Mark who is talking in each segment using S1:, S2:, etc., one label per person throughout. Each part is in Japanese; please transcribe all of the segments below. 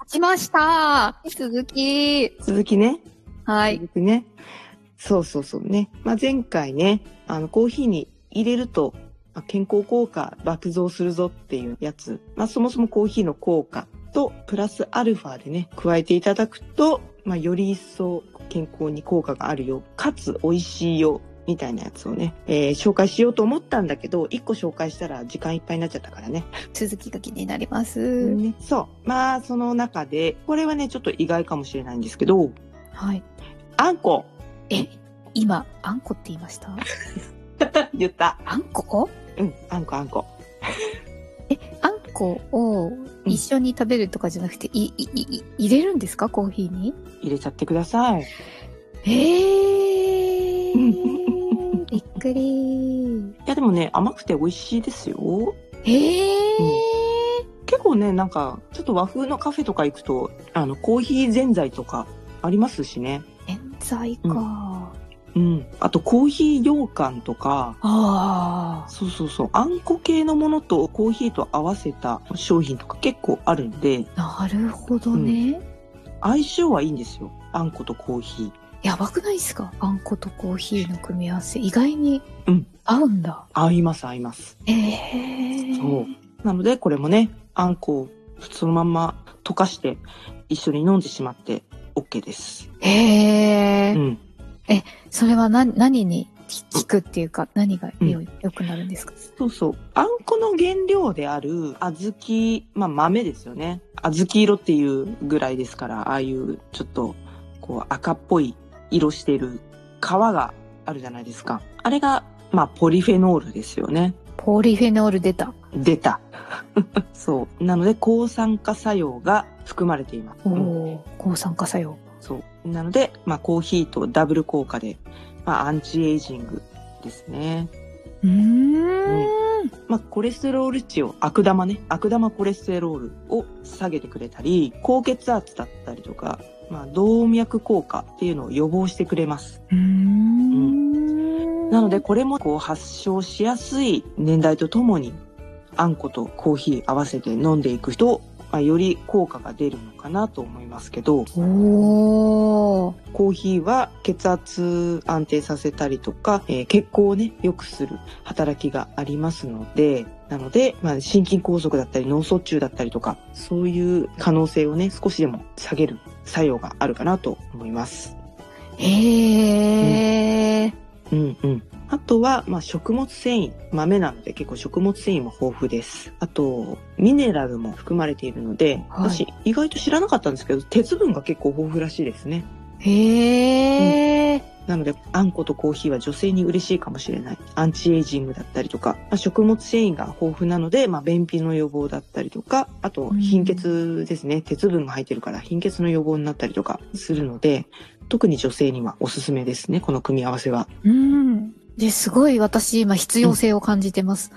S1: ちました続き。
S2: 続きね。
S1: はい。
S2: 続きね。そうそうそうね。まあ、前回ね、あの、コーヒーに入れると、まあ健康効果爆増するぞっていうやつ。まあ、そもそもコーヒーの効果と、プラスアルファでね、加えていただくと、まあ、より一層健康に効果があるよ。かつ、美味しいよ。みたいなやつをね、えー紹介しようと思ったんだけど、一個紹介したら時間いっぱいになっちゃったからね。
S1: 続きが気になります。
S2: ねそう。まあ、その中で、これはね、ちょっと意外かもしれないんですけど、
S1: はい。
S2: あんこ。
S1: え、今、あんこって言いました
S2: 言った。
S1: あんこ
S2: うん、あんこあんこ。
S1: あんこを一緒に食べるとかじゃなくて、い、い、い、い入れるんですかコーヒーに
S2: 入れちゃってください。
S1: え
S2: う
S1: ー、びっくり
S2: いや、でもね、甘くて美味しいですよ。
S1: え
S2: 結構ね、なんか、ちょっと和風のカフェとか行くと、あの、コーヒーぜんざいとかありますしね。
S1: ー、冤罪か。
S2: うん
S1: あ
S2: うん。あと、コーヒー羊羹とか、
S1: あ
S2: そうそうそう、あんこ系のものとコーヒーと合わせた商品とか結構あるんで、
S1: ー、なるほどね。
S2: 相性はいいんですよ。あんことコーヒー。
S1: やばくないですかあんことコーヒーの組み合わせ。意外に
S2: うん
S1: 合うんだ。
S2: 合います合います。
S1: えー、
S2: そう。なので、これもね、あんこをそのまんま溶かして、一緒に飲んでしまって、OK です。
S1: えー、
S2: うん。
S1: それは何、何に効くっていうか、何が良い良くなるんですか
S2: そうそう。あんこの原料である小豆、まあ豆ですよね。小豆色っていうぐらいですから、ああいうちょっとこう赤っぽい色してる皮があるじゃないですか。あれが、まあポリフェノールですよね。
S1: ポリフェノール出た。
S2: 出た。 そう。なので抗酸化作用が含まれています。
S1: お
S2: うん
S1: お、抗酸化作用。
S2: そう。なので、まあコーヒーとダブル効果で、まあアンチエイジングですね。
S1: うーん。
S2: まあ、コレステロール値を悪玉ね悪玉コレステロールを下げてくれたり高血圧だったりとか、まあ、動脈硬化っていうのを予防してくれます
S1: うーん
S2: なので、これもこう発症しやすい年代とともにあんことコーヒー合わせて飲んでいくと、まあ、より効果が出るのかなと思いますけど
S1: おお。
S2: コーヒーは血圧安定させたりとか、えー血行をね、良くする働きがありますので、なので、まあ、心筋梗塞だったり脳卒中だったりとか、そういう可能性をね、少しでも下げる作用があるかなと思います。
S1: へえ。
S2: うんうん。あとは、まあ、食物繊維。豆なので結構食物繊維も豊富です。あと、ミネラルも含まれているので、
S1: はい
S2: 私意外と知らなかったんですけど、鉄分が結構豊富らしいですね。
S1: へえ。
S2: なので、あんことコーヒーは女性に嬉しいかもしれない。アンチエイジングだったりとか、まあ、食物繊維が豊富なので、まあ、便秘の予防だったりとか、あと
S1: うん
S2: 貧血ですね。鉄分が入ってるから貧血の予防になったりとかするので、特に女性にはおすすめですね。この組み合わせは。
S1: うん。で、すごい私、今、必要性を感じてます。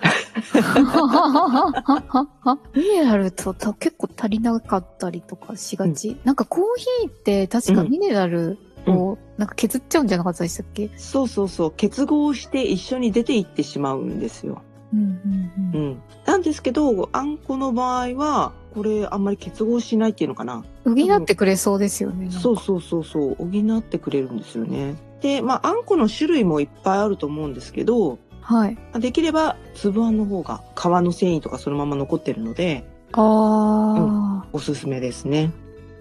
S1: ミネラルとた結構足りなかったりとかしがち。なんかコーヒーって確か
S2: うん
S1: ミネラルをなんか削っちゃうんじゃなかったでしたっけ、
S2: そうそうそう。結合して一緒に出ていってしまうんですよ。
S1: うん、うんう。
S2: うんん。なんですけど、あんこの場合は、これあんまり結合しないっていうのかな。
S1: 補ってくれそうですよね。なんか
S2: そうそうそうそう補ってくれるんですよね。で、まあ、あんこの種類もいっぱいあると思うんですけど、
S1: はい。
S2: できれば粒あんの方が皮の繊維とかそのまま残ってるので
S1: ああ、
S2: おすすめですね。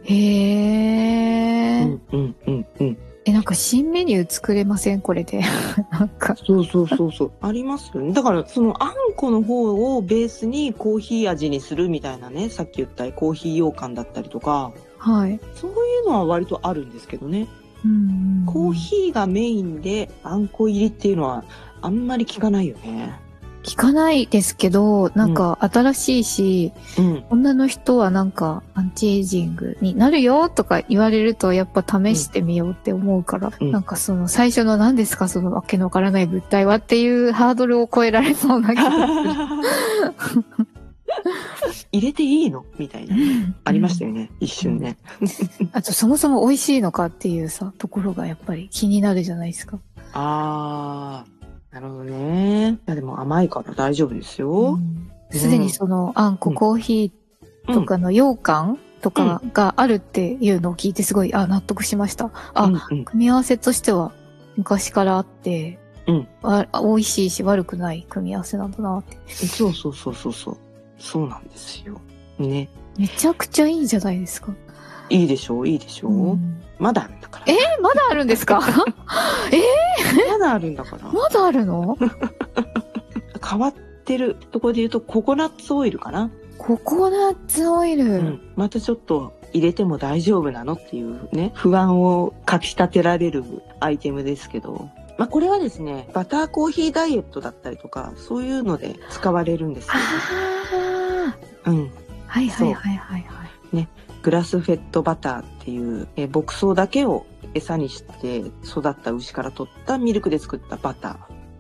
S1: へ
S2: う
S1: え、
S2: んうんうんうん。
S1: え、なんなんか新メニュー作れませんこれで。 なんか。
S2: そうそうそうそう。 ありますよね。だから、そのあんこの方をベースにコーヒー味にするみたいなね、さっき言ったコーヒー羊羹だったりとか、
S1: はい。
S2: そういうのは割とあるんですけどね。
S1: うんうん
S2: コーヒーがメインであんこ入りっていうのはあんまり聞かないよね。
S1: 聞かないですけど、なんか新しいし、
S2: うん。
S1: 女の人はなんかアンチエイジングになるよとか言われるとやっぱ試してみようって思うから、
S2: うん
S1: なんかその最初の何ですかそのわけのわからない物体はっていうハードルを超えられそうな気がする。
S2: 入れていいのみたいな。ありましたよね。一瞬ね。
S1: あとそもそも美味しいのかっていうさ、ところがやっぱり気になるじゃないですか。
S2: あー、なるほどね。いやでも甘いから大丈夫ですよ。
S1: すでにそのあんこ、
S2: うん
S1: コーヒーとかの羊羹とかがあるっていうのを聞いてすごい、あ、納得しました。あ、
S2: うんうん
S1: 組み合わせとしては昔からあって、
S2: うん
S1: あ美味しいし悪くない組み合わせなんだなって。
S2: そうそうそうそうそう。そうなんですよ。ね。
S1: めちゃくちゃいいじゃないですか。
S2: いいでしょう、いいでしょう。
S1: うん
S2: まだあるんだから。
S1: えーまだあるんですか
S2: まだあるんだか ら。
S1: まだあるの
S2: 変わってるところで言うと、ココナッツオイルかな。
S1: ココナッツオイル。
S2: うん。またちょっと入れても大丈夫なのっていうね、不安をかき立てられるアイテムですけど。まあこれはですね、バターコーヒーダイエットだったりとか、そういうので使われるんです
S1: ああ。
S2: よ、ね。うん。
S1: はいはいはいはいはい。
S2: グラスフェッドバターっていう、えー牧草だけを餌にして育った牛から取ったミルクで作ったバタ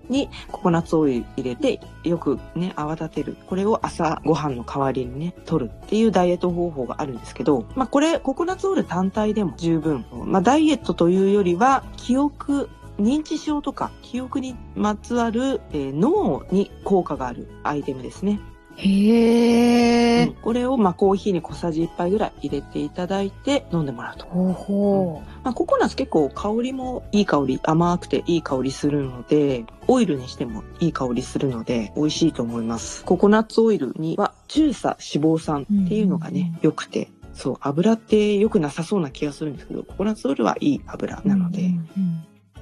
S2: ーにココナッツオイル入れてよくね泡立てるこれを朝ご飯の代わりにね取るっていうダイエット方法があるんですけどまあこれココナッツオイル単体でも十分まあダイエットというよりは記憶認知症とか記憶にまつわる、えー脳に効果があるアイテムですね
S1: へえ。
S2: これをまあコーヒーに小さじ1杯ぐらい入れていただいて飲んでもらうと。
S1: ほうほ
S2: まあ、ココナッツ結構香りもいい香り、甘くていい香りするので、オイルにしてもいい香りするので、美味しいと思います。ココナッツオイルには中鎖脂肪酸っていうのがね、良くて、そう、油って良くなさそうな気がするんですけど、ココナッツオイルはいい油
S1: う。
S2: なの
S1: う
S2: で、
S1: んうん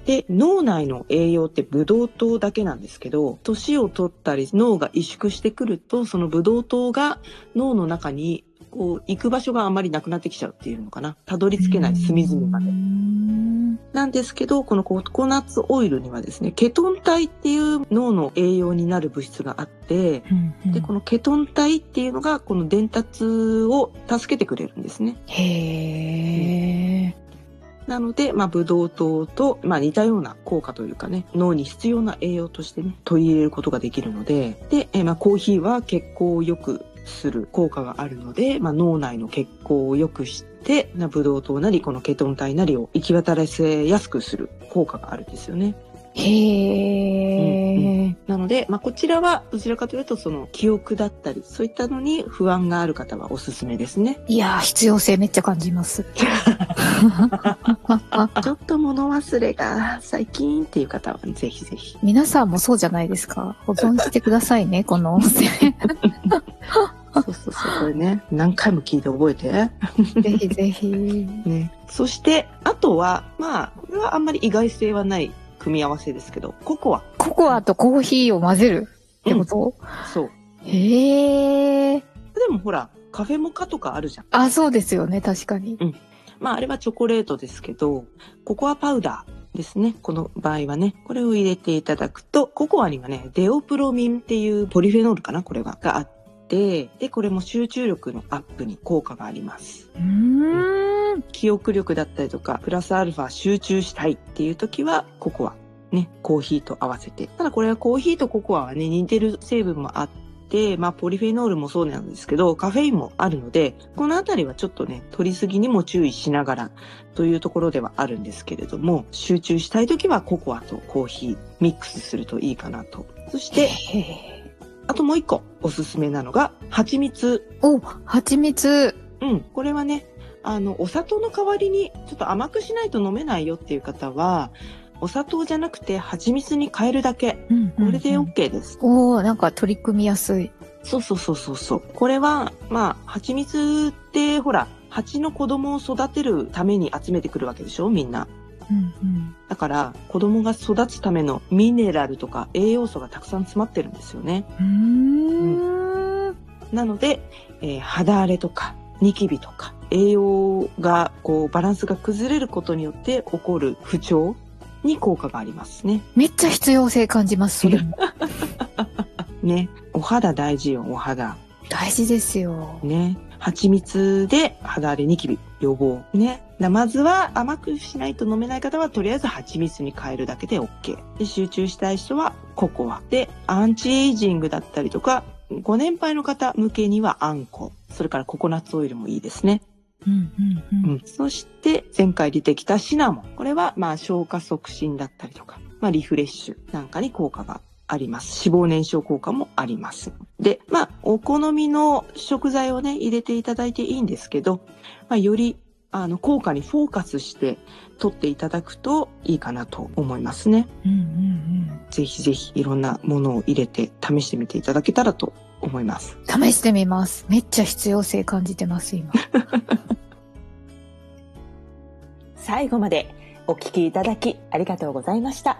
S2: で脳内の栄養ってブドウ糖だけなんですけど年を取ったり脳が萎縮してくるとそのブドウ糖が脳の中にこう行く場所があまりなくなってきちゃうっていうのかなたどり着けない隅々まで
S1: う。ん
S2: なんですけどこのココナッツオイルにはですねケトン体っていう脳の栄養になる物質があって
S1: うんうん
S2: でこのケトン体っていうのがこの伝達を助けてくれるんですね。
S1: へえ。
S2: なので、まあ、ブドウ糖と、まあ、似たような効果というかね、脳に必要な栄養としてね、取り入れることができるので、で、えーまあ、コーヒーは血行を良くする効果があるので、まあ、脳内の血行を良くして、なブドウ糖なり、このケトン体なりを行き渡らせやすくする効果があるんですよね。
S1: へえ。
S2: なので、まあ、こちらは、どちらかというと、その、記憶だったり、そういったのに不安がある方はおすすめですね。
S1: いやー、必要性めっちゃ感じます。
S2: ちょっと物忘れが最近っていう方は、ぜひぜひ。
S1: 皆さんもそうじゃないですか。保存してくださいね、この音声。
S2: そうそうそう、これね、何回も聞いて覚えて。
S1: ぜひぜひ。
S2: ね。そして、あとは、まあ、これはあんまり意外性はない組み合わせですけど、ココア。
S1: ココアとコーヒーを混ぜるってこと、
S2: そう。
S1: へえ。
S2: でもほら、カフェモカとかあるじゃん。
S1: あ、そうですよね、確かに。
S2: まあ、あれはチョコレートですけど、ココアパウダーですね。この場合はね、これを入れていただくと、ココアにはね、デオプロミンっていうポリフェノールかな、これが、があって、で、これも集中力のアップに効果があります。
S1: うーん。
S2: 記憶力だったりとか、プラスアルファ集中したいっていう時は、ココア。ね、コーヒーと合わせて。ただこれはコーヒーとココアはね、似てる成分もあって、まあ、ポリフェノールもそうなんですけど、カフェインもあるので、このあたりはちょっとね、取りすぎにも注意しながらというところではあるんですけれども、集中したい時はココアとコーヒーミックスするといいかなと。そして、
S1: へえ。
S2: あともう一個おすすめなのが、蜂蜜
S1: お、蜂蜜。
S2: うん、これはね、あの、お砂糖の代わりに、ちょっと甘くしないと飲めないよっていう方は、お砂糖じゃなくて蜂蜜に変えるだけ。
S1: うん
S2: これで OK です。
S1: おー、なんか取り組みやすい。
S2: そうそうそうそうそう。これは、まあ、蜂蜜って、ほら、蜂の子供を育てるために集めてくるわけでしょみんな。
S3: うんうん
S2: だから子供が育つためのミネラルとか栄養素がたくさん詰まってるんですよね。
S3: うーん
S2: なので、えー肌荒れとかニキビとか栄養がこうバランスが崩れることによって起こる不調に効果がありますね。
S3: めっちゃ必要性感じます、それも。
S2: ね。お肌大事よ、お肌。
S3: 大事ですよ。
S2: ね。蜂蜜で肌荒れニキビ予防。ね。だまずは甘くしないと飲めない方はとりあえず蜂蜜に変えるだけで OK。で、集中したい人はココア。で、アンチエイジングだったりとか、ご年配の方向けにはあんこ。それからココナッツオイルもいいですね。
S3: うんうんうん。
S2: そして前回出てきたシナモン。これはまあ消化促進だったりとか、まあリフレッシュなんかに効果があります。脂肪燃焼効果もあります。で、まあお好みの食材をね、入れていただいていいんですけど、まあよりあの効果にフォーカスして取っていただくといいかなと思いますね。
S3: うんうん
S2: ぜひぜひいろんなものを入れて試してみていただけたらと思います。
S3: うん。試してみます。めっちゃ必要性感じてます、 今。
S4: 最後までお聞きいただきありがとうございました。